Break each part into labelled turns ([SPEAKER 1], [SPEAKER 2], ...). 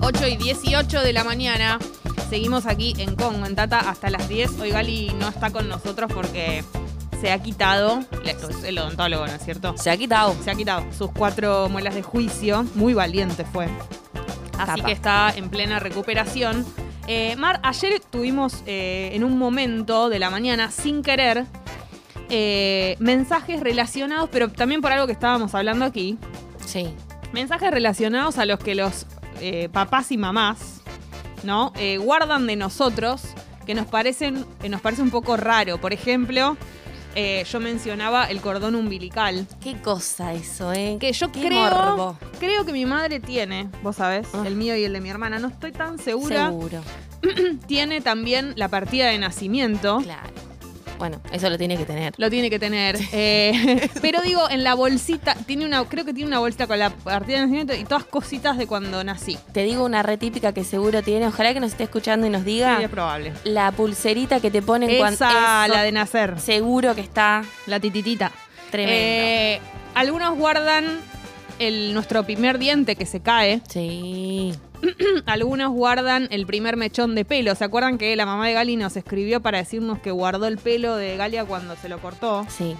[SPEAKER 1] 8 y 18 de la mañana. Seguimos aquí en Congo, en Tata, hasta las 10. Hoy Gali no está con nosotros porque se ha quitado, es el odontólogo, ¿no es cierto?
[SPEAKER 2] Se ha quitado.
[SPEAKER 1] Se ha quitado sus cuatro muelas de juicio. Muy valiente fue. Así
[SPEAKER 2] Capa.
[SPEAKER 1] que está en plena recuperación. Eh, Mar, ayer tuvimos eh, en un momento de la mañana, sin querer, eh, mensajes relacionados, pero también por algo que estábamos hablando aquí,
[SPEAKER 2] Sí.
[SPEAKER 1] mensajes relacionados a los que los eh, papás y mamás, ¿no? Eh, guardan de nosotros, que nos parecen, que nos parece un poco raro. Por ejemplo, eh, yo mencionaba el cordón umbilical.
[SPEAKER 2] Qué cosa eso, ¿eh?
[SPEAKER 1] Que yo
[SPEAKER 2] Qué
[SPEAKER 1] creo,
[SPEAKER 2] morbo.
[SPEAKER 1] creo que mi madre tiene, vos sabés,
[SPEAKER 2] Ah.
[SPEAKER 1] el mío y el de mi hermana, no estoy tan segura.
[SPEAKER 2] Seguro.
[SPEAKER 1] Tiene también la partida de nacimiento.
[SPEAKER 2] Claro. Bueno, eso lo tiene que tener.
[SPEAKER 1] Lo tiene que tener. Eh, pero digo, en la bolsita, tiene una, creo que tiene una bolsita con la partida de nacimiento y todas cositas de cuando nací.
[SPEAKER 2] Te digo una re típica que seguro tiene. Ojalá que nos esté escuchando y nos diga.
[SPEAKER 1] Sí, es probable.
[SPEAKER 2] La pulserita que te ponen cuando.
[SPEAKER 1] Esa,
[SPEAKER 2] eso
[SPEAKER 1] la de nacer.
[SPEAKER 2] Seguro que está
[SPEAKER 1] La tititita.
[SPEAKER 2] tremendo.
[SPEAKER 1] Eh, algunos guardan el, nuestro primer diente que se cae. Mm.
[SPEAKER 2] Sí.
[SPEAKER 1] Algunos guardan el primer mechón de pelo. ¿Se acuerdan que la mamá de Gali nos escribió para decirnos que guardó el pelo de Galia cuando se lo cortó?
[SPEAKER 2] Sí.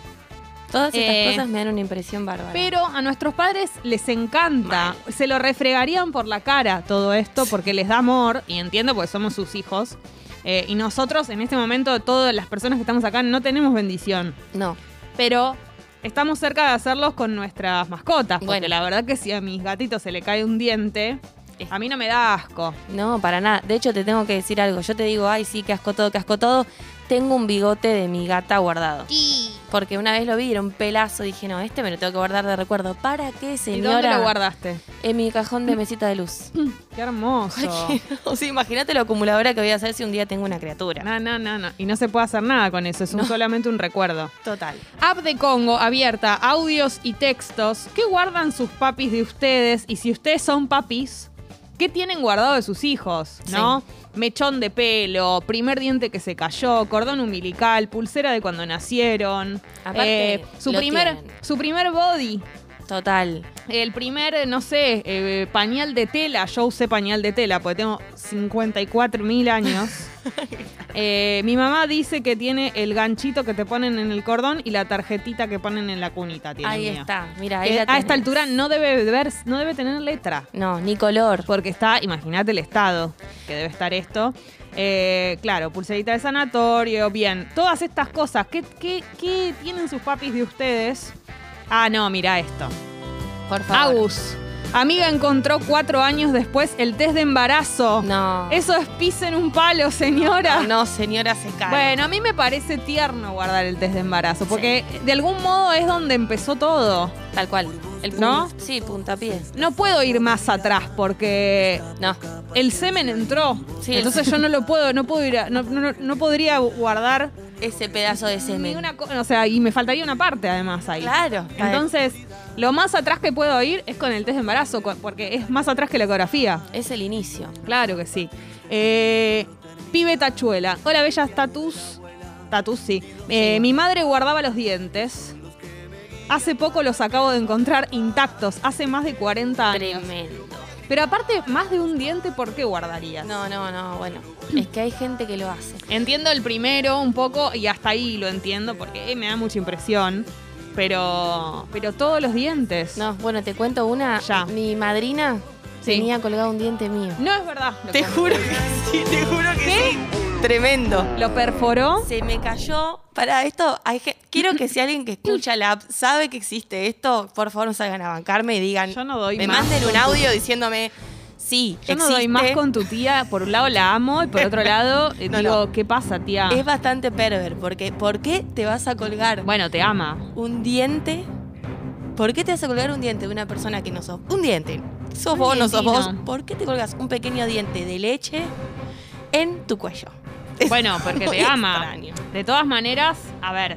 [SPEAKER 2] Todas estas
[SPEAKER 1] Eh,
[SPEAKER 2] cosas me dan una impresión bárbara.
[SPEAKER 1] Pero a nuestros padres les encanta. Se lo refregarían por la cara todo esto porque les da amor. Y entiendo porque somos sus hijos. Eh, y nosotros en este momento, todas las personas que estamos acá, no tenemos bendición.
[SPEAKER 2] No.
[SPEAKER 1] Pero estamos cerca de hacerlos con nuestras mascotas. Porque
[SPEAKER 2] Bueno.
[SPEAKER 1] la verdad que si a mis gatitos se le cae un diente,
[SPEAKER 2] Es-
[SPEAKER 1] a mí no me da asco.
[SPEAKER 2] No, para nada. De hecho, te tengo que decir algo. Yo te digo, ay, sí, que asco todo, que asco todo. Tengo un bigote de mi gata guardado. Porque una vez lo vi, era un pelazo. Dije, no, este me lo tengo que guardar de recuerdo. ¿Para qué,
[SPEAKER 1] ¿Y
[SPEAKER 2] señora?
[SPEAKER 1] dónde lo guardaste?
[SPEAKER 2] En mi cajón de mesita de luz.
[SPEAKER 1] Qué hermoso.
[SPEAKER 2] o sea, imagínate lo acumuladora que voy a hacer si un día tengo una criatura.
[SPEAKER 1] No, no, no, no. Y no se puede hacer nada con eso, es un- solamente un recuerdo.
[SPEAKER 2] Total.
[SPEAKER 1] App de Congo abierta, audios y textos. ¿Qué guardan sus papis de ustedes? Y si ustedes son papis, ¿qué tienen guardado de sus hijos? ¿No? Mechón de pelo, primer diente que se cayó, cordón umbilical, pulsera de cuando nacieron. Eh,
[SPEAKER 2] Aparte,
[SPEAKER 1] su,
[SPEAKER 2] lo
[SPEAKER 1] primer,
[SPEAKER 2] tienen.
[SPEAKER 1] su primer body,
[SPEAKER 2] Total.
[SPEAKER 1] el primer, no sé, eh, pañal de tela. Yo usé pañal de tela porque tengo 54 mil años. Eh, mi mamá dice que tiene el ganchito que te ponen en el cordón y la tarjetita que ponen en la cunita. Tiene
[SPEAKER 2] Ahí
[SPEAKER 1] mía.
[SPEAKER 2] está. Mira, ahí
[SPEAKER 1] Que
[SPEAKER 2] la
[SPEAKER 1] a esta
[SPEAKER 2] tenés.
[SPEAKER 1] altura no debe, ver, no debe tener letra.
[SPEAKER 2] No, ni color.
[SPEAKER 1] Porque está, imagínate el estado que debe estar esto. Eh, claro, pulserita de sanatorio, bien. Todas estas cosas, ¿qué, qué, qué tienen sus papis de ustedes? Ah, no, mira esto.
[SPEAKER 2] Por favor.
[SPEAKER 1] Agus. Amiga encontró cuatro años después el test de embarazo.
[SPEAKER 2] No.
[SPEAKER 1] Eso es pis en un palo, señora.
[SPEAKER 2] No, señora, se cae.
[SPEAKER 1] Bueno, a mí me parece tierno guardar el test de embarazo, porque de algún modo es donde empezó todo.
[SPEAKER 2] Tal cual. El
[SPEAKER 1] ¿No?
[SPEAKER 2] pun- Sí, puntapié.
[SPEAKER 1] No puedo ir más atrás porque
[SPEAKER 2] No.
[SPEAKER 1] el semen entró.
[SPEAKER 2] Sí,
[SPEAKER 1] Entonces yo no lo puedo, no puedo ir, a- no, no- no podría guardar
[SPEAKER 2] Ese pedazo de semen.
[SPEAKER 1] ni una cosa, o sea, y me faltaría una parte además ahí.
[SPEAKER 2] Claro.
[SPEAKER 1] Entonces, lo más atrás que puedo ir es con el test de embarazo, co- porque es más atrás que la ecografía.
[SPEAKER 2] Es el inicio.
[SPEAKER 1] Claro que sí. Eh, pibe Tachuela. Hola, bellas tatus. Tatus, sí. Eh, Mi madre guardaba los dientes. Hace poco los acabo de encontrar intactos, hace más de 40 años.
[SPEAKER 2] Tremendo.
[SPEAKER 1] Pero aparte, más de un diente, ¿por qué guardarías?
[SPEAKER 2] No, no, no, bueno. Es que hay gente que lo hace.
[SPEAKER 1] Entiendo el primero un poco y hasta ahí lo entiendo porque eh, me da mucha impresión. Pero, pero todos los dientes.
[SPEAKER 2] No, bueno, te cuento una.
[SPEAKER 1] Ya.
[SPEAKER 2] Mi madrina
[SPEAKER 1] Sí.
[SPEAKER 2] tenía colgado un diente mío.
[SPEAKER 1] No es verdad. lo que-
[SPEAKER 2] que sí, te juro que sí. Tremendo.
[SPEAKER 1] Lo perforó.
[SPEAKER 2] Se me cayó. Para esto, hay ge- quiero que si alguien que escucha la app sabe que existe esto, por favor no salgan a bancarme y digan.
[SPEAKER 1] Yo no doy
[SPEAKER 2] Me
[SPEAKER 1] más
[SPEAKER 2] manden
[SPEAKER 1] con
[SPEAKER 2] un audio diciéndome, sí,
[SPEAKER 1] Yo no doy
[SPEAKER 2] existe.
[SPEAKER 1] más con tu tía. Por un lado la amo y por otro lado eh,
[SPEAKER 2] No,
[SPEAKER 1] digo, ¿qué pasa, tía?
[SPEAKER 2] Es bastante perver, porque ¿por qué te vas a colgar
[SPEAKER 1] Bueno, te ama.
[SPEAKER 2] un diente? ¿Por qué te vas a colgar un diente de una persona que no sos? Un diente. Sos
[SPEAKER 1] Un
[SPEAKER 2] vos, no sos vos.
[SPEAKER 1] dientino.
[SPEAKER 2] ¿Por qué te colgas un pequeño diente de leche en tu cuello? Es
[SPEAKER 1] Bueno, porque
[SPEAKER 2] muy
[SPEAKER 1] te ama.
[SPEAKER 2] extraño.
[SPEAKER 1] De todas maneras, a ver,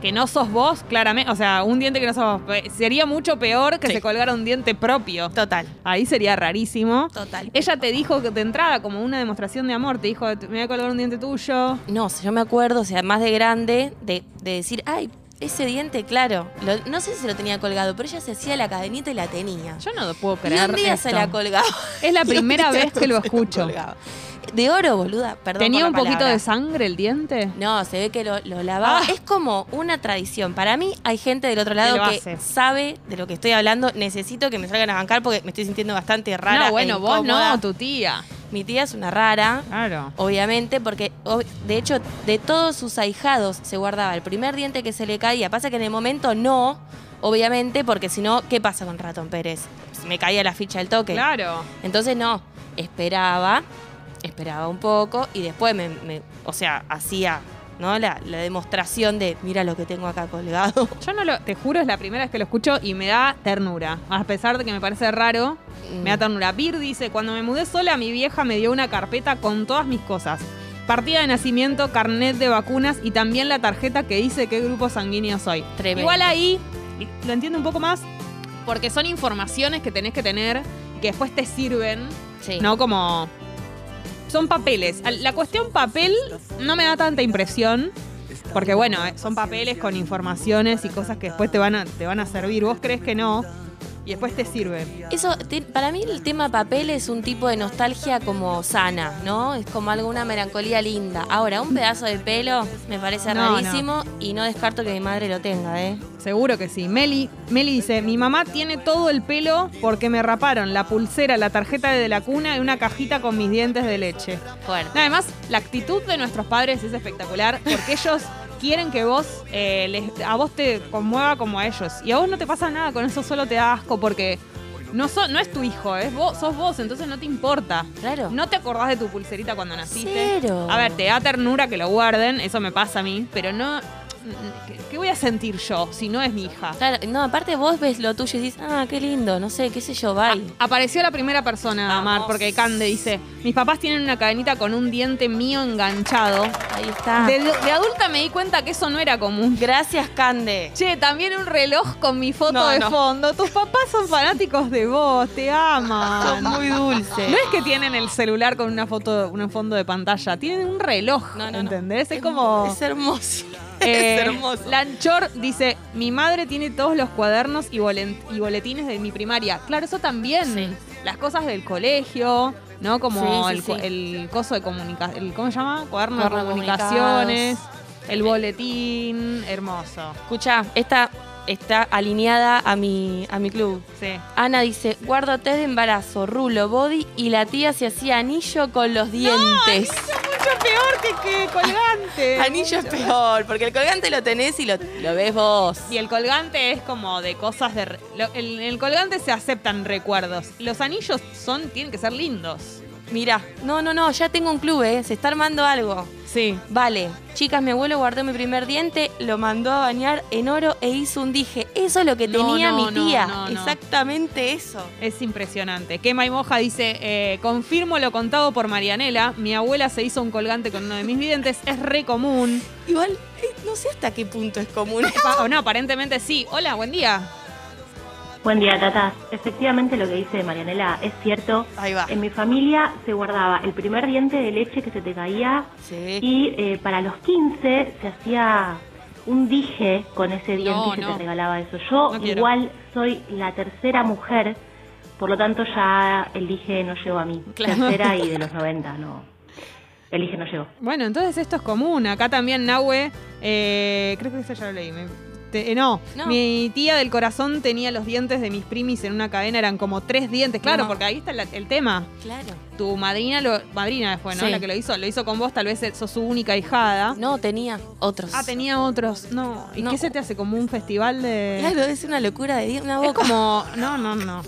[SPEAKER 1] que no sos vos, claramente. O sea, un diente que no sos vos. Pe- Sería mucho peor que
[SPEAKER 2] Sí.
[SPEAKER 1] se colgara un diente propio.
[SPEAKER 2] Total.
[SPEAKER 1] Ahí sería rarísimo.
[SPEAKER 2] Total.
[SPEAKER 1] Ella te dijo que de entrada, como una demostración de amor, te dijo, me voy a colgar un diente tuyo.
[SPEAKER 2] No, si yo me acuerdo, o sea, más de grande, de, de decir, ay, Ese diente, claro, lo- no sé si lo tenía colgado, pero ella se hacía la cadenita y la tenía.
[SPEAKER 1] Yo no lo puedo
[SPEAKER 2] y
[SPEAKER 1] creer.
[SPEAKER 2] un día
[SPEAKER 1] esto.
[SPEAKER 2] se la colgaba.
[SPEAKER 1] Es la
[SPEAKER 2] Y un
[SPEAKER 1] primera
[SPEAKER 2] día
[SPEAKER 1] vez que lo
[SPEAKER 2] se
[SPEAKER 1] escucho.
[SPEAKER 2] colgaba. De oro, boluda, perdón.
[SPEAKER 1] ¿Tenía
[SPEAKER 2] por
[SPEAKER 1] un
[SPEAKER 2] la
[SPEAKER 1] poquito
[SPEAKER 2] palabra.
[SPEAKER 1] de sangre el diente?
[SPEAKER 2] No, se ve que lo, lo lavaba.
[SPEAKER 1] Ah.
[SPEAKER 2] Es como una tradición. Para mí hay gente del otro
[SPEAKER 1] Que
[SPEAKER 2] lado
[SPEAKER 1] lo
[SPEAKER 2] que,
[SPEAKER 1] hace.
[SPEAKER 2] sabe de lo que estoy hablando. Necesito que me salgan a bancar porque me estoy sintiendo bastante rara.
[SPEAKER 1] no, bueno,
[SPEAKER 2] e
[SPEAKER 1] vos
[SPEAKER 2] incómoda.
[SPEAKER 1] no, tu tía.
[SPEAKER 2] Mi tía es una rara.
[SPEAKER 1] Claro.
[SPEAKER 2] Obviamente, porque ob- de hecho de todos sus ahijados se guardaba el primer diente que se le caía. Pasa que en el momento no, obviamente, porque si no, ¿qué pasa con Ratón Pérez? Me caía la ficha del toque.
[SPEAKER 1] Claro.
[SPEAKER 2] Entonces no, esperaba, esperaba un poco y después me, me- o sea, hacía ¿no? la, la demostración de mira lo que tengo acá colgado.
[SPEAKER 1] Yo no lo, te juro, es la primera vez que lo escucho y me da ternura. A pesar de que me parece raro, me
[SPEAKER 2] Mm.
[SPEAKER 1] da ternura. Bir dice, cuando me mudé sola, mi vieja me dio una carpeta con todas mis cosas. Partida de nacimiento, carnet de vacunas y también la tarjeta que dice qué grupo sanguíneo soy.
[SPEAKER 2] Tremendo.
[SPEAKER 1] Igual ahí lo entiendo un poco más porque son informaciones que tenés que tener que después te sirven,
[SPEAKER 2] Sí.
[SPEAKER 1] ¿no? Como... Son papeles. Al- La cuestión papel no me da tanta impresión. Porque bueno, eh, son papeles con informaciones y cosas que después te van a, te van a servir. Vos crees que no y después te sirve.
[SPEAKER 2] Eso, te- para mí el tema papel es un tipo de nostalgia como sana, ¿no? Es como alguna melancolía linda. Ahora, un pedazo de pelo me parece
[SPEAKER 1] No, no.
[SPEAKER 2] rarísimo y no descarto que mi madre lo tenga, ¿eh?
[SPEAKER 1] Seguro que sí. Meli, Meli dice, mi mamá tiene todo el pelo porque me raparon la pulsera, la tarjeta de la cuna y una cajita con mis dientes de leche.
[SPEAKER 2] Fuerte.
[SPEAKER 1] Además, la actitud de nuestros padres es espectacular porque ellos quieren que vos, eh, les- a vos te conmueva como a ellos. Y a vos no te pasa nada, con eso solo te da asco porque no, so- no es tu hijo, es vos, sos vos, entonces no te importa.
[SPEAKER 2] Claro.
[SPEAKER 1] No te acordás de tu pulserita cuando naciste.
[SPEAKER 2] Cero.
[SPEAKER 1] A ver, te da ternura que lo guarden, eso me pasa a mí, pero no... ¿Qué, qué voy a sentir yo si no es mi hija?
[SPEAKER 2] Claro, no, aparte vos ves lo tuyo y dices, ah, qué lindo, no sé, qué sé yo, bye.
[SPEAKER 1] Apareció la primera persona, Amar,
[SPEAKER 2] Vamos.
[SPEAKER 1] porque Cande dice, mis papás tienen una cadenita con un diente mío enganchado.
[SPEAKER 2] Ahí está.
[SPEAKER 1] De, de adulta me di cuenta que eso no era común.
[SPEAKER 2] Gracias, Cande.
[SPEAKER 1] Che, también un reloj con mi foto
[SPEAKER 2] No,
[SPEAKER 1] de
[SPEAKER 2] no.
[SPEAKER 1] fondo. Tus papás son fanáticos de vos, te aman.
[SPEAKER 2] Muy dulce.
[SPEAKER 1] No es que tienen el celular con una foto, un fondo de pantalla, tienen un reloj,
[SPEAKER 2] No, no, no.
[SPEAKER 1] ¿entendés? Es como...
[SPEAKER 2] Es hermoso.
[SPEAKER 1] Eh,
[SPEAKER 2] es hermoso.
[SPEAKER 1] Lanchor dice, mi madre tiene todos los cuadernos y, bolen- y boletines de mi primaria. Claro, eso también.
[SPEAKER 2] Sí.
[SPEAKER 1] Las cosas del colegio, ¿no? Como
[SPEAKER 2] Sí, sí,
[SPEAKER 1] el, co-
[SPEAKER 2] sí.
[SPEAKER 1] el coso de comunicación. ¿Cómo se llama? Cuaderno de
[SPEAKER 2] Cuaderno de
[SPEAKER 1] comunicaciones. El boletín. Hermoso.
[SPEAKER 2] Escucha, esta está alineada a mi, a mi club.
[SPEAKER 1] Sí.
[SPEAKER 2] Ana dice, guardo test de embarazo, rulo, body y la tía se hacía anillo con los dientes.
[SPEAKER 1] Mucho peor que, que colgante.
[SPEAKER 2] anillo es peor, porque el colgante lo tenés y lo, lo ves vos.
[SPEAKER 1] Y el colgante es como de cosas de... re- lo- En el colgante se aceptan recuerdos. Los anillos son, tienen que ser lindos.
[SPEAKER 2] Mirá, no, no, no, ya tengo un club, ¿eh? se está armando algo.
[SPEAKER 1] Sí.
[SPEAKER 2] Vale, chicas, mi abuelo guardó mi primer diente, lo mandó a bañar en oro e hizo un dije. Eso es lo que
[SPEAKER 1] No,
[SPEAKER 2] tenía
[SPEAKER 1] no,
[SPEAKER 2] mi
[SPEAKER 1] no,
[SPEAKER 2] tía.
[SPEAKER 1] no, no.
[SPEAKER 2] Exactamente eso.
[SPEAKER 1] Es impresionante. Quema y Moja dice, eh, confirmo lo contado por Marianela, mi abuela se hizo un colgante con uno de mis videntes, es re común.
[SPEAKER 2] Igual, eh, no sé hasta qué punto es común.
[SPEAKER 1] Pa- O no, aparentemente sí. Hola, buen día.
[SPEAKER 3] Buen día, Tatas. Efectivamente, lo que dice Marianela es cierto.
[SPEAKER 2] Ahí
[SPEAKER 1] Ah.
[SPEAKER 2] va.
[SPEAKER 3] En mi familia se guardaba el primer diente de leche que se te caía
[SPEAKER 2] Sí.
[SPEAKER 1] Mm.
[SPEAKER 3] y eh, para los 15 se hacía un dije con ese diente
[SPEAKER 1] No,
[SPEAKER 3] y se
[SPEAKER 1] no.
[SPEAKER 3] te regalaba eso. Yo
[SPEAKER 1] No quiero.
[SPEAKER 3] igual soy la tercera mujer, por lo tanto ya el dije no llegó a mí.
[SPEAKER 2] Claro.
[SPEAKER 3] Tercera y de los 90, no. El dije no llegó.
[SPEAKER 1] Bueno, entonces esto es común. Acá también Nahue, eh, creo que eso ya lo leí. me- te- eh, no.
[SPEAKER 2] No.
[SPEAKER 1] mi tía del corazón tenía los dientes de mis primis en una cadena, eran como tres dientes. Claro,
[SPEAKER 2] No.
[SPEAKER 1] porque ahí está la- el tema.
[SPEAKER 2] Claro.
[SPEAKER 1] Tu madrina, lo, madrina fue, ¿no?
[SPEAKER 2] Sí.
[SPEAKER 1] La que lo hizo, lo hizo con vos, tal vez sos su única hijada.
[SPEAKER 2] No, tenía otros.
[SPEAKER 1] Ah, tenía otros. No. ¿Y
[SPEAKER 2] No.
[SPEAKER 1] qué se te hace como un festival de.?
[SPEAKER 2] Claro, es una locura de di- una
[SPEAKER 1] Eh. Es
[SPEAKER 2] boca.
[SPEAKER 1] como. No, no, no.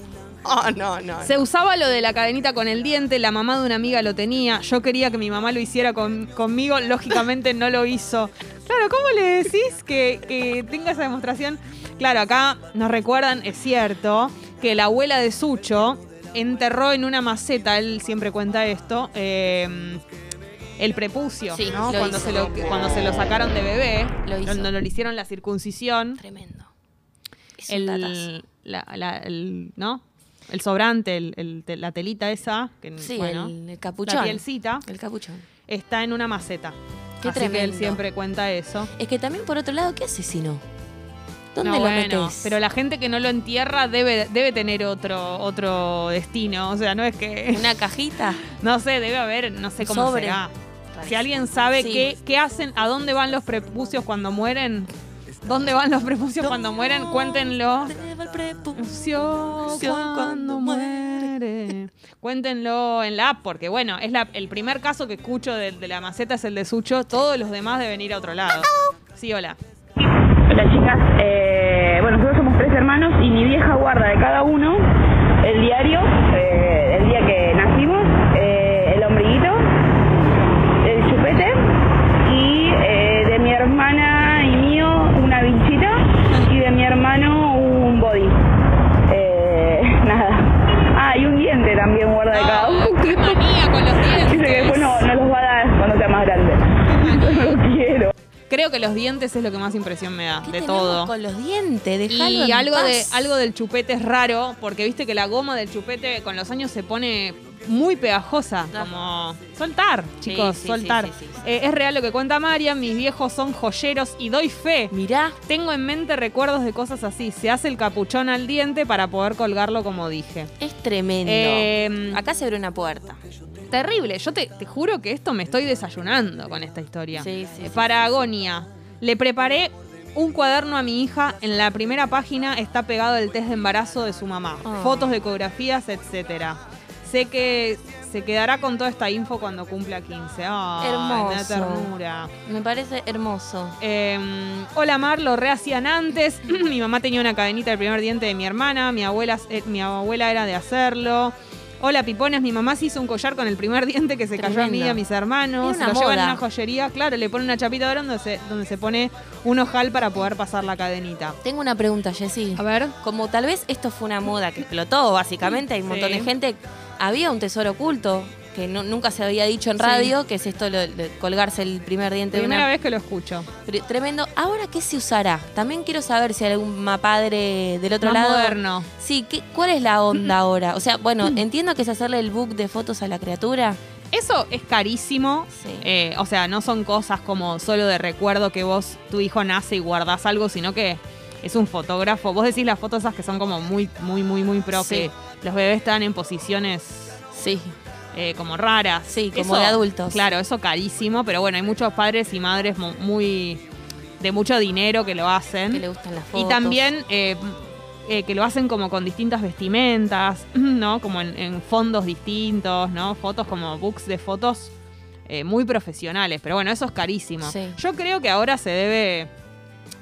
[SPEAKER 2] Oh, no, no.
[SPEAKER 1] Se usaba lo de la cadenita con el diente, la mamá de una amiga lo tenía. Yo quería que mi mamá lo hiciera con- conmigo, lógicamente no lo hizo. Claro, ¿cómo le decís que, que tenga esa demostración? Claro, acá nos recuerdan, es cierto, que la abuela de Sucho enterró en una maceta, él siempre cuenta esto, eh, el prepucio,
[SPEAKER 2] Sí,
[SPEAKER 1] ¿no?
[SPEAKER 2] lo
[SPEAKER 1] cuando,
[SPEAKER 2] hizo.
[SPEAKER 1] se lo, cuando se lo sacaron de bebé,
[SPEAKER 2] Lo hizo.
[SPEAKER 1] cuando le hicieron la circuncisión
[SPEAKER 2] Tremendo. Es un datazo.
[SPEAKER 1] el, la, la- el- ¿no? el sobrante, el- el te- la telita esa, que
[SPEAKER 2] Sí,
[SPEAKER 1] bueno,
[SPEAKER 2] el, el
[SPEAKER 1] la
[SPEAKER 2] capuchón.
[SPEAKER 1] pielcita,
[SPEAKER 2] El capuchón.
[SPEAKER 1] está en una maceta.
[SPEAKER 2] Qué
[SPEAKER 1] Así que él
[SPEAKER 2] tremendo.
[SPEAKER 1] siempre cuenta eso.
[SPEAKER 2] Es que también, por otro lado, ¿qué asesinó? ¿Dónde
[SPEAKER 1] No,
[SPEAKER 2] lo
[SPEAKER 1] bueno,
[SPEAKER 2] metes?
[SPEAKER 1] Pero la gente que no lo entierra debe, debe tener otro, otro destino. O sea, no es que.
[SPEAKER 2] Una cajita.
[SPEAKER 1] No sé, debe haber, no sé cómo
[SPEAKER 2] Sobre.
[SPEAKER 1] será. Si alguien sabe
[SPEAKER 2] Sí.
[SPEAKER 1] qué, qué hacen, a dónde van los prepucios cuando mueren, dónde van los prepucios cuando mueren, cuéntenlo.
[SPEAKER 2] ¿Dónde va el prepucio?
[SPEAKER 1] Prepucio cuando muere. Cuéntenlo en la app, porque bueno, es la, el primer caso que escucho de, de la maceta es el de Sucho. Todos los demás deben ir a otro lado. Sí, hola.
[SPEAKER 4] Hola chicas, Eh, bueno nosotros somos tres hermanos y mi vieja guarda de cada uno el diario, eh, el día que nacimos, eh, el ombliguito, el chupete y eh, de mi hermana y mío una vinchita y de mi hermano un body. Eh, nada. Ah, y un diente también guarda de cada uno.
[SPEAKER 1] Ah, ¡Qué manía con los
[SPEAKER 4] Dice que
[SPEAKER 1] dientes!
[SPEAKER 4] después no, no los va a dar cuando sea más grande. No lo quiero.
[SPEAKER 1] Creo que los dientes es lo que más impresión me da,
[SPEAKER 2] ¿Qué
[SPEAKER 1] de
[SPEAKER 2] tenemos
[SPEAKER 1] todo.
[SPEAKER 2] Con los dientes, dejalo
[SPEAKER 1] Y
[SPEAKER 2] en
[SPEAKER 1] algo, de,
[SPEAKER 2] paz.
[SPEAKER 1] algo del chupete es raro, porque viste que la goma del chupete con los años se pone muy pegajosa.
[SPEAKER 2] Ajá.
[SPEAKER 1] Como soltar,
[SPEAKER 2] Ah. Sí,
[SPEAKER 1] chicos,
[SPEAKER 2] sí, sí,
[SPEAKER 1] soltar.
[SPEAKER 2] sí, sí, sí.
[SPEAKER 1] Eh, es real lo que cuenta María, mis viejos son joyeros y doy fe.
[SPEAKER 2] Mirá,
[SPEAKER 1] Tengo en mente recuerdos de cosas así. Se hace el capuchón al diente para poder colgarlo como dije.
[SPEAKER 2] es tremendo.
[SPEAKER 1] Eh,
[SPEAKER 2] Acá se abre una puerta.
[SPEAKER 1] Terrible, yo te, te juro que esto me estoy desayunando con esta historia. Eh,
[SPEAKER 2] Sí, sí, sí,
[SPEAKER 1] Para Agonia, le preparé un cuaderno a mi hija. En la primera página está pegado el test de embarazo de su mamá.
[SPEAKER 2] Ah.
[SPEAKER 1] Fotos de ecografías, etcétera. Sé que se quedará con toda esta info cuando cumpla 15. Ay,
[SPEAKER 2] Hermoso.
[SPEAKER 1] una ternura.
[SPEAKER 2] Me parece hermoso.
[SPEAKER 1] Eh, hola Mar, lo rehacían antes. mi mamá tenía una cadenita del primer diente de mi hermana. Mi abuela, eh, mi abuela era de hacerlo. Hola Pipones, mi mamá se hizo un collar con el primer diente que se cayó a mí y
[SPEAKER 2] Tremendo.
[SPEAKER 1] a mis hermanos.
[SPEAKER 2] Era
[SPEAKER 1] Se
[SPEAKER 2] una
[SPEAKER 1] lo llevan a
[SPEAKER 2] moda.
[SPEAKER 1] una joyería, claro, le ponen una chapita de oro donde se, donde se pone un ojal para poder pasar la cadenita.
[SPEAKER 2] Tengo una pregunta, Jessy.
[SPEAKER 1] A ver.
[SPEAKER 2] Como tal vez esto fue una moda que explotó, básicamente, hay un montón
[SPEAKER 1] Sí.
[SPEAKER 2] de gente. Había un tesoro oculto que no- nunca se había dicho en
[SPEAKER 1] Sí.
[SPEAKER 2] radio, que es esto lo- de colgarse el primer diente
[SPEAKER 1] Primera
[SPEAKER 2] de una.
[SPEAKER 1] vez que lo escucho.
[SPEAKER 2] Pre- Tremendo. ¿Ahora qué se usará? También quiero saber si hay algún mapadre del otro
[SPEAKER 1] Más
[SPEAKER 2] lado.
[SPEAKER 1] moderno.
[SPEAKER 2] Sí, ¿qué- ¿cuál es la onda ahora? O sea, bueno, entiendo que es hacerle el book de fotos a la criatura.
[SPEAKER 1] Eso es carísimo.
[SPEAKER 2] Sí.
[SPEAKER 1] Eh, o sea, no son cosas como solo de recuerdo que vos, tu hijo nace y guardás algo, sino que es un fotógrafo. Vos decís las fotos esas que son como muy, muy, muy, muy pro,
[SPEAKER 2] Sí.
[SPEAKER 1] que los bebés están en posiciones
[SPEAKER 2] Sí.
[SPEAKER 1] eh, como raras.
[SPEAKER 2] Sí, como de adultos.
[SPEAKER 1] Claro, eso carísimo, pero bueno, hay muchos padres y madres mu- muy de mucho dinero que lo hacen.
[SPEAKER 2] Que le gustan las fotos.
[SPEAKER 1] Y también eh, eh, que lo hacen como con distintas vestimentas, ¿no? Como en, en fondos distintos, ¿no? Fotos como books de fotos eh, muy profesionales. Pero bueno, eso es carísimo.
[SPEAKER 2] Sí.
[SPEAKER 1] Yo creo que ahora se debe.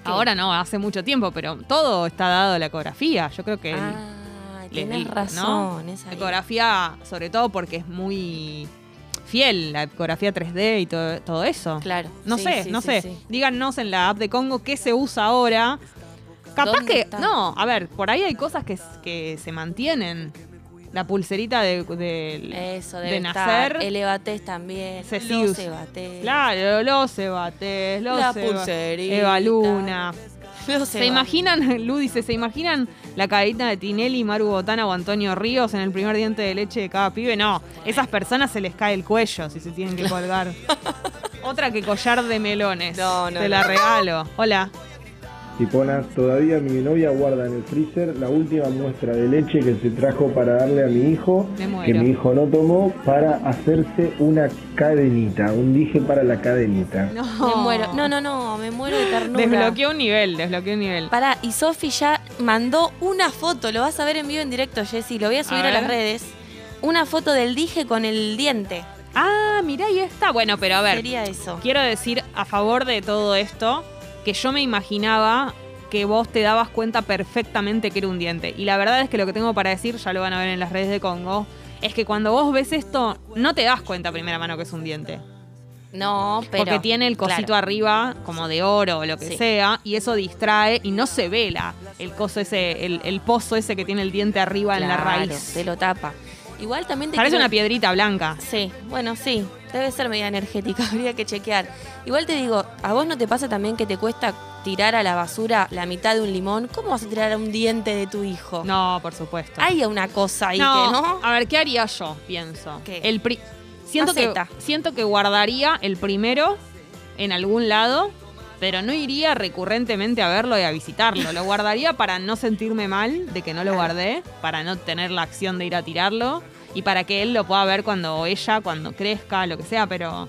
[SPEAKER 1] Ahora no, hace mucho tiempo, pero todo está dado a la ecografía. Yo creo que.
[SPEAKER 2] Ah,
[SPEAKER 1] les
[SPEAKER 2] tienes
[SPEAKER 1] digo, ¿no?
[SPEAKER 2] razón. es
[SPEAKER 1] La
[SPEAKER 2] ahí.
[SPEAKER 1] ecografía, sobre todo porque es muy fiel, la ecografía 3D y todo, todo eso.
[SPEAKER 2] Claro.
[SPEAKER 1] No
[SPEAKER 2] Sí,
[SPEAKER 1] sé,
[SPEAKER 2] sí,
[SPEAKER 1] no
[SPEAKER 2] sí,
[SPEAKER 1] sé.
[SPEAKER 2] sí.
[SPEAKER 1] Díganos en la app de Congo qué se usa ahora. Capaz
[SPEAKER 2] ¿Dónde
[SPEAKER 1] que.
[SPEAKER 2] está?
[SPEAKER 1] No, a ver, por ahí hay cosas que, s- que se mantienen. La pulserita de, de-
[SPEAKER 2] Eso
[SPEAKER 1] de
[SPEAKER 2] debe
[SPEAKER 1] nacer.
[SPEAKER 2] estar. El evatés también.
[SPEAKER 1] Cesius.
[SPEAKER 2] Los evatés.
[SPEAKER 1] Claro, los ebates, los
[SPEAKER 2] La
[SPEAKER 1] eva-
[SPEAKER 2] pulserita.
[SPEAKER 1] Evaluna.
[SPEAKER 2] Los
[SPEAKER 1] ¿Se
[SPEAKER 2] eva-
[SPEAKER 1] imaginan, Lu dice, ¿se imaginan la cadenita de Tinelli, Maru Botana o Antonio Ríos en el primer diente de leche de cada pibe? No, esas personas se les cae el cuello si se tienen que colgar. Otra que collar de melones.
[SPEAKER 2] No, no,
[SPEAKER 1] Te la
[SPEAKER 2] no.
[SPEAKER 1] regalo. Hola.
[SPEAKER 5] Piponas, todavía mi novia guarda en el freezer la última muestra de leche que se trajo para darle a mi hijo,
[SPEAKER 1] Me
[SPEAKER 5] que
[SPEAKER 1] muero.
[SPEAKER 5] mi hijo no tomó, para hacerse una cadenita, un dije para la cadenita.
[SPEAKER 1] No.
[SPEAKER 2] Me muero. No, no, no. Me muero de ternura.
[SPEAKER 1] Desbloqueó un nivel, desbloqueó un nivel.
[SPEAKER 2] Pará, y Sofi ya mandó una foto. Lo vas a ver en vivo en directo, Jessy. Lo voy a subir a,
[SPEAKER 1] ver.
[SPEAKER 2] las redes. Una foto del dije con el diente.
[SPEAKER 1] Ah, mirá, ahí está. Bueno, pero a ver,
[SPEAKER 2] Sería eso.
[SPEAKER 1] quiero decir a favor de todo esto que yo me imaginaba que vos te dabas cuenta perfectamente que era un diente. Y la verdad es que lo que tengo para decir, ya lo van a ver en las redes de Congo, es que cuando vos ves esto, no te das cuenta a primera mano que es un diente.
[SPEAKER 2] No, pero.
[SPEAKER 1] porque tiene el cosito
[SPEAKER 2] claro.
[SPEAKER 1] arriba, como de oro o lo que
[SPEAKER 2] Sí.
[SPEAKER 1] sea, y eso distrae y no se vela el coso ese, el, el pozo ese que tiene el diente arriba en la
[SPEAKER 2] Claro,
[SPEAKER 1] raíz.
[SPEAKER 2] Te lo tapa. Igual también te
[SPEAKER 1] Parece
[SPEAKER 2] quiero-
[SPEAKER 1] una piedrita blanca.
[SPEAKER 2] Sí, bueno, sí. Debe ser media energética, habría que chequear. Igual te digo, ¿a vos no te pasa también que te cuesta tirar a la basura la mitad de un limón? ¿Cómo vas a tirar a un diente de tu hijo?
[SPEAKER 1] No, por supuesto.
[SPEAKER 2] Hay una cosa ahí
[SPEAKER 1] no, Ah.
[SPEAKER 2] que no.
[SPEAKER 1] A ver, ¿qué haría yo? Pienso.
[SPEAKER 2] ¿Qué?
[SPEAKER 1] El pri- siento, que,
[SPEAKER 2] Maceta.
[SPEAKER 1] siento que guardaría el primero en algún lado Pero no iría recurrentemente a verlo y a visitarlo. Lo guardaría para no sentirme mal de que no lo guardé, para no tener la acción de ir a tirarlo y para que él lo pueda ver cuando o ella, cuando crezca, lo que sea, pero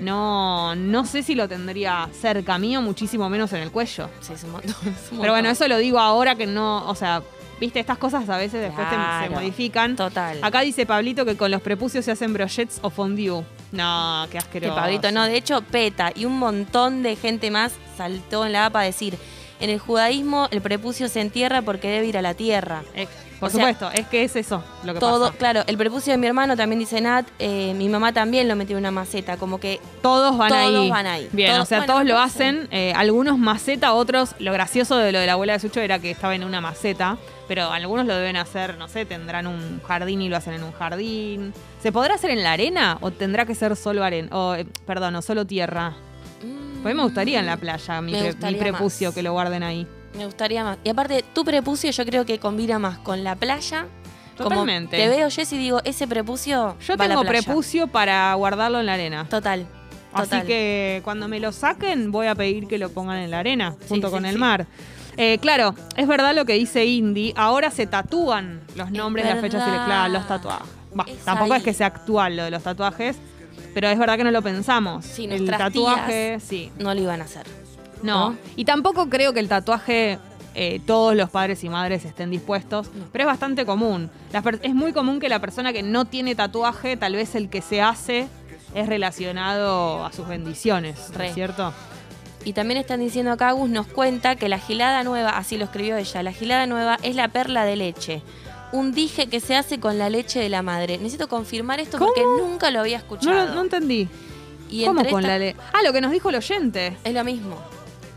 [SPEAKER 1] no, no sé si lo tendría cerca mío, muchísimo menos en el cuello.
[SPEAKER 2] Sí, es un montón. es un montón.
[SPEAKER 1] Pero bueno, eso lo digo ahora que no, o sea, viste, estas cosas a veces después te- se
[SPEAKER 2] Claro.
[SPEAKER 1] modifican.
[SPEAKER 2] Total.
[SPEAKER 1] Acá dice Pablito que con los prepucios se hacen brochets o fondue. No, qué
[SPEAKER 2] Que
[SPEAKER 1] asqueroso.
[SPEAKER 2] Pablito no, de hecho, Peta y un montón de gente más saltó en la APA a decir: en el judaísmo el prepucio se entierra porque debe ir a la tierra.
[SPEAKER 1] Eh, por
[SPEAKER 2] O sea,
[SPEAKER 1] supuesto, es que es eso lo que
[SPEAKER 2] Todo,
[SPEAKER 1] pasa.
[SPEAKER 2] claro, el prepucio de mi hermano también dice Nat, eh, mi mamá también lo metió en una maceta, como que
[SPEAKER 1] Todos van
[SPEAKER 2] Todos
[SPEAKER 1] ahí.
[SPEAKER 2] van ahí.
[SPEAKER 1] Bien,
[SPEAKER 2] Todos-
[SPEAKER 1] o sea,
[SPEAKER 2] bueno,
[SPEAKER 1] todos lo
[SPEAKER 2] no
[SPEAKER 1] hacen. eh, algunos maceta, otros. Lo gracioso de lo de la abuela de Sucho era que estaba en una maceta. Pero algunos lo deben hacer, no sé, tendrán un jardín y lo hacen en un jardín. ¿Se podrá hacer en la arena o tendrá que ser solo arena? O, eh, perdón, o solo tierra.
[SPEAKER 2] Mm.
[SPEAKER 1] Pues a mí me gustaría en la playa mi,
[SPEAKER 2] Me
[SPEAKER 1] pre- mi
[SPEAKER 2] gustaría
[SPEAKER 1] prepucio
[SPEAKER 2] más.
[SPEAKER 1] que lo guarden ahí.
[SPEAKER 2] me gustaría más. Y aparte, tu prepucio yo creo que combina más con la playa. Como
[SPEAKER 1] Totalmente.
[SPEAKER 2] te veo, Jess, y digo, ese prepucio.
[SPEAKER 1] Yo
[SPEAKER 2] va a la
[SPEAKER 1] tengo
[SPEAKER 2] playa.
[SPEAKER 1] prepucio para guardarlo en la arena.
[SPEAKER 2] Total. Total.
[SPEAKER 1] Así que cuando me lo saquen voy a pedir que lo pongan en la arena, junto
[SPEAKER 2] sí,
[SPEAKER 1] con el
[SPEAKER 2] sí.
[SPEAKER 1] mar. Eh, claro, es verdad lo que dice Indy, ahora se tatúan los nombres, las fechas y
[SPEAKER 2] verdad.
[SPEAKER 1] le- claro, los tatuajes. Bah,
[SPEAKER 2] Es
[SPEAKER 1] tampoco es
[SPEAKER 2] ahí.
[SPEAKER 1] que sea actual lo de los tatuajes, pero es verdad que no lo pensamos.
[SPEAKER 2] Sí,
[SPEAKER 1] el
[SPEAKER 2] nuestras
[SPEAKER 1] tatuaje,
[SPEAKER 2] tías-
[SPEAKER 1] sí.
[SPEAKER 2] No lo iban a hacer.
[SPEAKER 1] No.
[SPEAKER 2] ¿No?
[SPEAKER 1] Y tampoco creo que el tatuaje eh, todos los padres y madres estén dispuestos, pero es bastante común. Las per- es muy común que la persona que no tiene tatuaje, tal vez el que se hace, es relacionado a sus bendiciones, ¿no
[SPEAKER 2] Re.
[SPEAKER 1] es cierto?
[SPEAKER 2] Y también están diciendo acá, Gus nos cuenta que la gilada nueva, así lo escribió ella, la gilada nueva es la perla de leche. Un dije que se hace con la leche de la madre. Necesito confirmar esto porque
[SPEAKER 1] ¿Cómo?
[SPEAKER 2] nunca lo había
[SPEAKER 1] No,
[SPEAKER 2] escuchado.
[SPEAKER 1] lo- no entendí.
[SPEAKER 2] y
[SPEAKER 1] ¿Cómo
[SPEAKER 2] entre
[SPEAKER 1] con
[SPEAKER 2] esta-
[SPEAKER 1] la ley? Ah, lo que nos dijo el oyente.
[SPEAKER 2] Es lo mismo.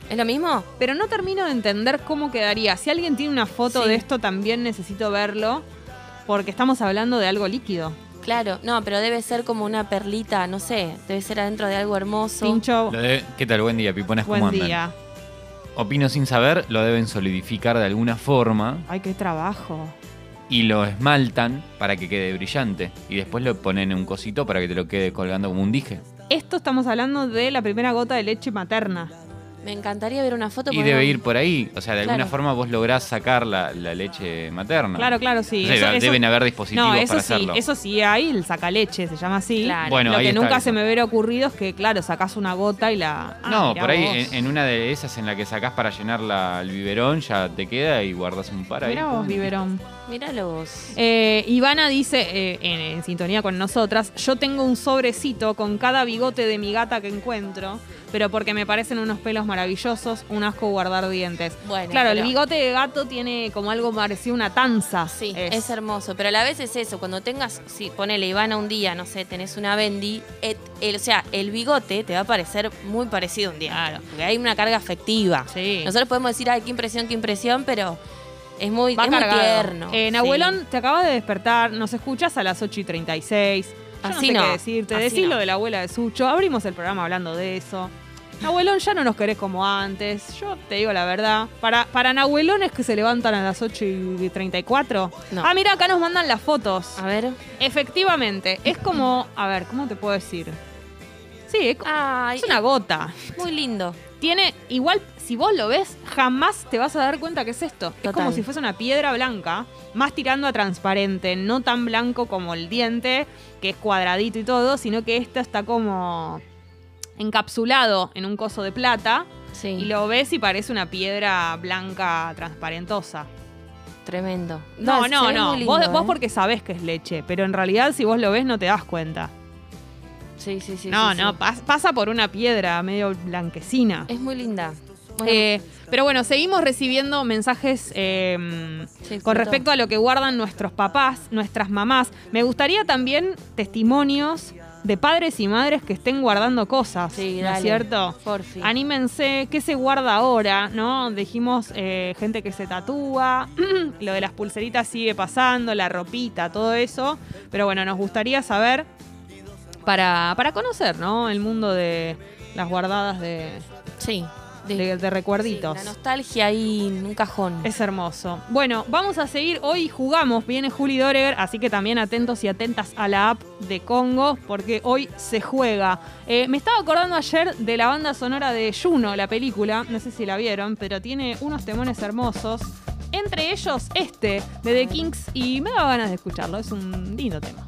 [SPEAKER 2] ¿Es lo mismo?
[SPEAKER 1] Pero no termino de entender cómo quedaría. Si alguien tiene una foto
[SPEAKER 2] Sí.
[SPEAKER 1] de esto, también necesito verlo, porque estamos hablando de algo líquido.
[SPEAKER 2] Claro, no, pero debe ser como una perlita, no sé, debe ser adentro de algo hermoso.
[SPEAKER 1] Pincho,
[SPEAKER 6] Lo de- ¿Qué tal? Buen día, Pipones, ¿cómo
[SPEAKER 1] buen
[SPEAKER 6] andan?
[SPEAKER 1] día.
[SPEAKER 6] Opino sin saber, lo deben solidificar de alguna forma
[SPEAKER 1] Ay, qué trabajo.
[SPEAKER 6] y lo esmaltan para que quede brillante. Y después lo ponen en un cosito para que te lo quede colgando como un dije.
[SPEAKER 1] Esto estamos hablando de la primera gota de leche materna.
[SPEAKER 2] Me encantaría ver una foto.
[SPEAKER 6] Y
[SPEAKER 2] porque
[SPEAKER 6] debe
[SPEAKER 2] no-
[SPEAKER 6] ir por ahí. O sea, de alguna
[SPEAKER 2] Claro.
[SPEAKER 6] forma vos lográs sacar la, la leche materna.
[SPEAKER 1] Claro, claro, sí.
[SPEAKER 6] O sea,
[SPEAKER 1] Eso- eso-
[SPEAKER 6] deben haber dispositivos
[SPEAKER 1] no, eso
[SPEAKER 6] para
[SPEAKER 1] sí,
[SPEAKER 6] hacerlo.
[SPEAKER 1] eso sí hay, el sacaleche se llama así.
[SPEAKER 2] Claro.
[SPEAKER 6] Bueno,
[SPEAKER 1] Lo
[SPEAKER 6] ahí
[SPEAKER 1] que
[SPEAKER 6] está
[SPEAKER 1] nunca
[SPEAKER 6] eso.
[SPEAKER 1] se me hubiera ocurrido es que, claro, sacás una gota y la. Ah,
[SPEAKER 6] no,
[SPEAKER 1] mirá
[SPEAKER 6] por ahí
[SPEAKER 1] vos.
[SPEAKER 6] en, en una de esas en la que sacás para llenar la- el biberón ya te queda y guardas un par ahí.
[SPEAKER 1] Mirá vos, biberón.
[SPEAKER 2] Míralo vos.
[SPEAKER 1] Eh, Ivana dice, eh, en, en sintonía con nosotras, yo tengo un sobrecito con cada bigote de mi gata que encuentro, pero porque me parecen unos pelos maravillosos, un asco guardar dientes.
[SPEAKER 2] Bueno,
[SPEAKER 1] claro, el
[SPEAKER 2] pero-
[SPEAKER 1] bigote de gato tiene como algo parecido a una tanza.
[SPEAKER 2] Sí, es.
[SPEAKER 1] hermoso.
[SPEAKER 2] hermoso. Pero a la vez es eso, cuando tengas, si ponele Ivana un día, no sé, tenés una bendy, et- el- o sea, el bigote te va a parecer muy parecido un día.
[SPEAKER 1] Claro.
[SPEAKER 2] Porque hay una carga afectiva.
[SPEAKER 1] Sí.
[SPEAKER 2] Nosotros podemos decir, ay, qué impresión, qué impresión, pero es muy,
[SPEAKER 1] Va
[SPEAKER 2] es muy
[SPEAKER 1] cargado.
[SPEAKER 2] tierno.
[SPEAKER 1] Eh,
[SPEAKER 2] Sí.
[SPEAKER 1] Nahuelón, te acabas de despertar, nos escuchas a las 8 y 36. Yo
[SPEAKER 2] Así
[SPEAKER 1] no sé
[SPEAKER 2] no,
[SPEAKER 1] qué decirte.
[SPEAKER 2] así
[SPEAKER 1] Decís
[SPEAKER 2] no.
[SPEAKER 1] lo de la abuela de Sucho. Abrimos el programa hablando de eso. Nahuelón, ya no nos querés como antes. Yo te digo la verdad. Para, para Nahuelones que se levantan a las 8 y 34.
[SPEAKER 2] No.
[SPEAKER 1] Ah, mira, acá nos mandan las fotos.
[SPEAKER 2] A ver.
[SPEAKER 1] Efectivamente, es como. A ver, ¿cómo te puedo decir? Sí, es, co-
[SPEAKER 2] Ay,
[SPEAKER 1] es una gota.
[SPEAKER 2] muy lindo.
[SPEAKER 1] Tiene, igual, si vos lo ves, jamás te vas a dar cuenta que es esto. Es
[SPEAKER 2] Total.
[SPEAKER 1] como si fuese una piedra blanca, más tirando a transparente, no tan blanco como el diente, que es cuadradito y todo, sino que esto está como encapsulado en un coso de plata
[SPEAKER 2] Sí.
[SPEAKER 1] y lo ves y parece una piedra blanca transparentosa.
[SPEAKER 2] Tremendo.
[SPEAKER 1] No,
[SPEAKER 2] se
[SPEAKER 1] no,
[SPEAKER 2] ve
[SPEAKER 1] no.
[SPEAKER 2] muy
[SPEAKER 1] vos,
[SPEAKER 2] lindo,
[SPEAKER 1] vos
[SPEAKER 2] ¿eh?
[SPEAKER 1] porque sabés que es leche, pero en realidad si vos lo ves no te das cuenta.
[SPEAKER 2] Sí, sí, sí.
[SPEAKER 1] no,
[SPEAKER 2] sí,
[SPEAKER 1] no,
[SPEAKER 2] sí.
[SPEAKER 1] pas- pasa por una piedra medio blanquecina.
[SPEAKER 2] Es muy linda. Bueno,
[SPEAKER 1] Eh, pero bueno, seguimos recibiendo mensajes eh,
[SPEAKER 2] Sí,
[SPEAKER 1] con
[SPEAKER 2] fruto.
[SPEAKER 1] respecto a lo que guardan nuestros papás, nuestras mamás. Me gustaría también testimonios de padres y madres que estén guardando cosas,
[SPEAKER 2] sí,
[SPEAKER 1] ¿no
[SPEAKER 2] dale.
[SPEAKER 1] es cierto?
[SPEAKER 2] Por fin.
[SPEAKER 1] Anímense, ¿qué se guarda ahora? ¿No? Dijimos eh, gente que se tatúa, lo de las pulseritas sigue pasando, la ropita, todo eso. Pero bueno, nos gustaría saber para, para conocer, ¿no? El mundo de las guardadas de,
[SPEAKER 2] Sí. De-
[SPEAKER 1] de, de recuerditos.
[SPEAKER 2] La nostalgia ahí en un cajón.
[SPEAKER 1] Es hermoso. Bueno, vamos a seguir. Hoy jugamos. Viene Juli Dorever, así que también atentos y atentas a la app de Congo, porque hoy se juega. Eh, me estaba acordando ayer de la banda sonora de Juno, la película. No sé si la vieron, pero tiene unos temones hermosos. Entre ellos este, de The Kings, y me daba ganas de escucharlo. Es un lindo tema.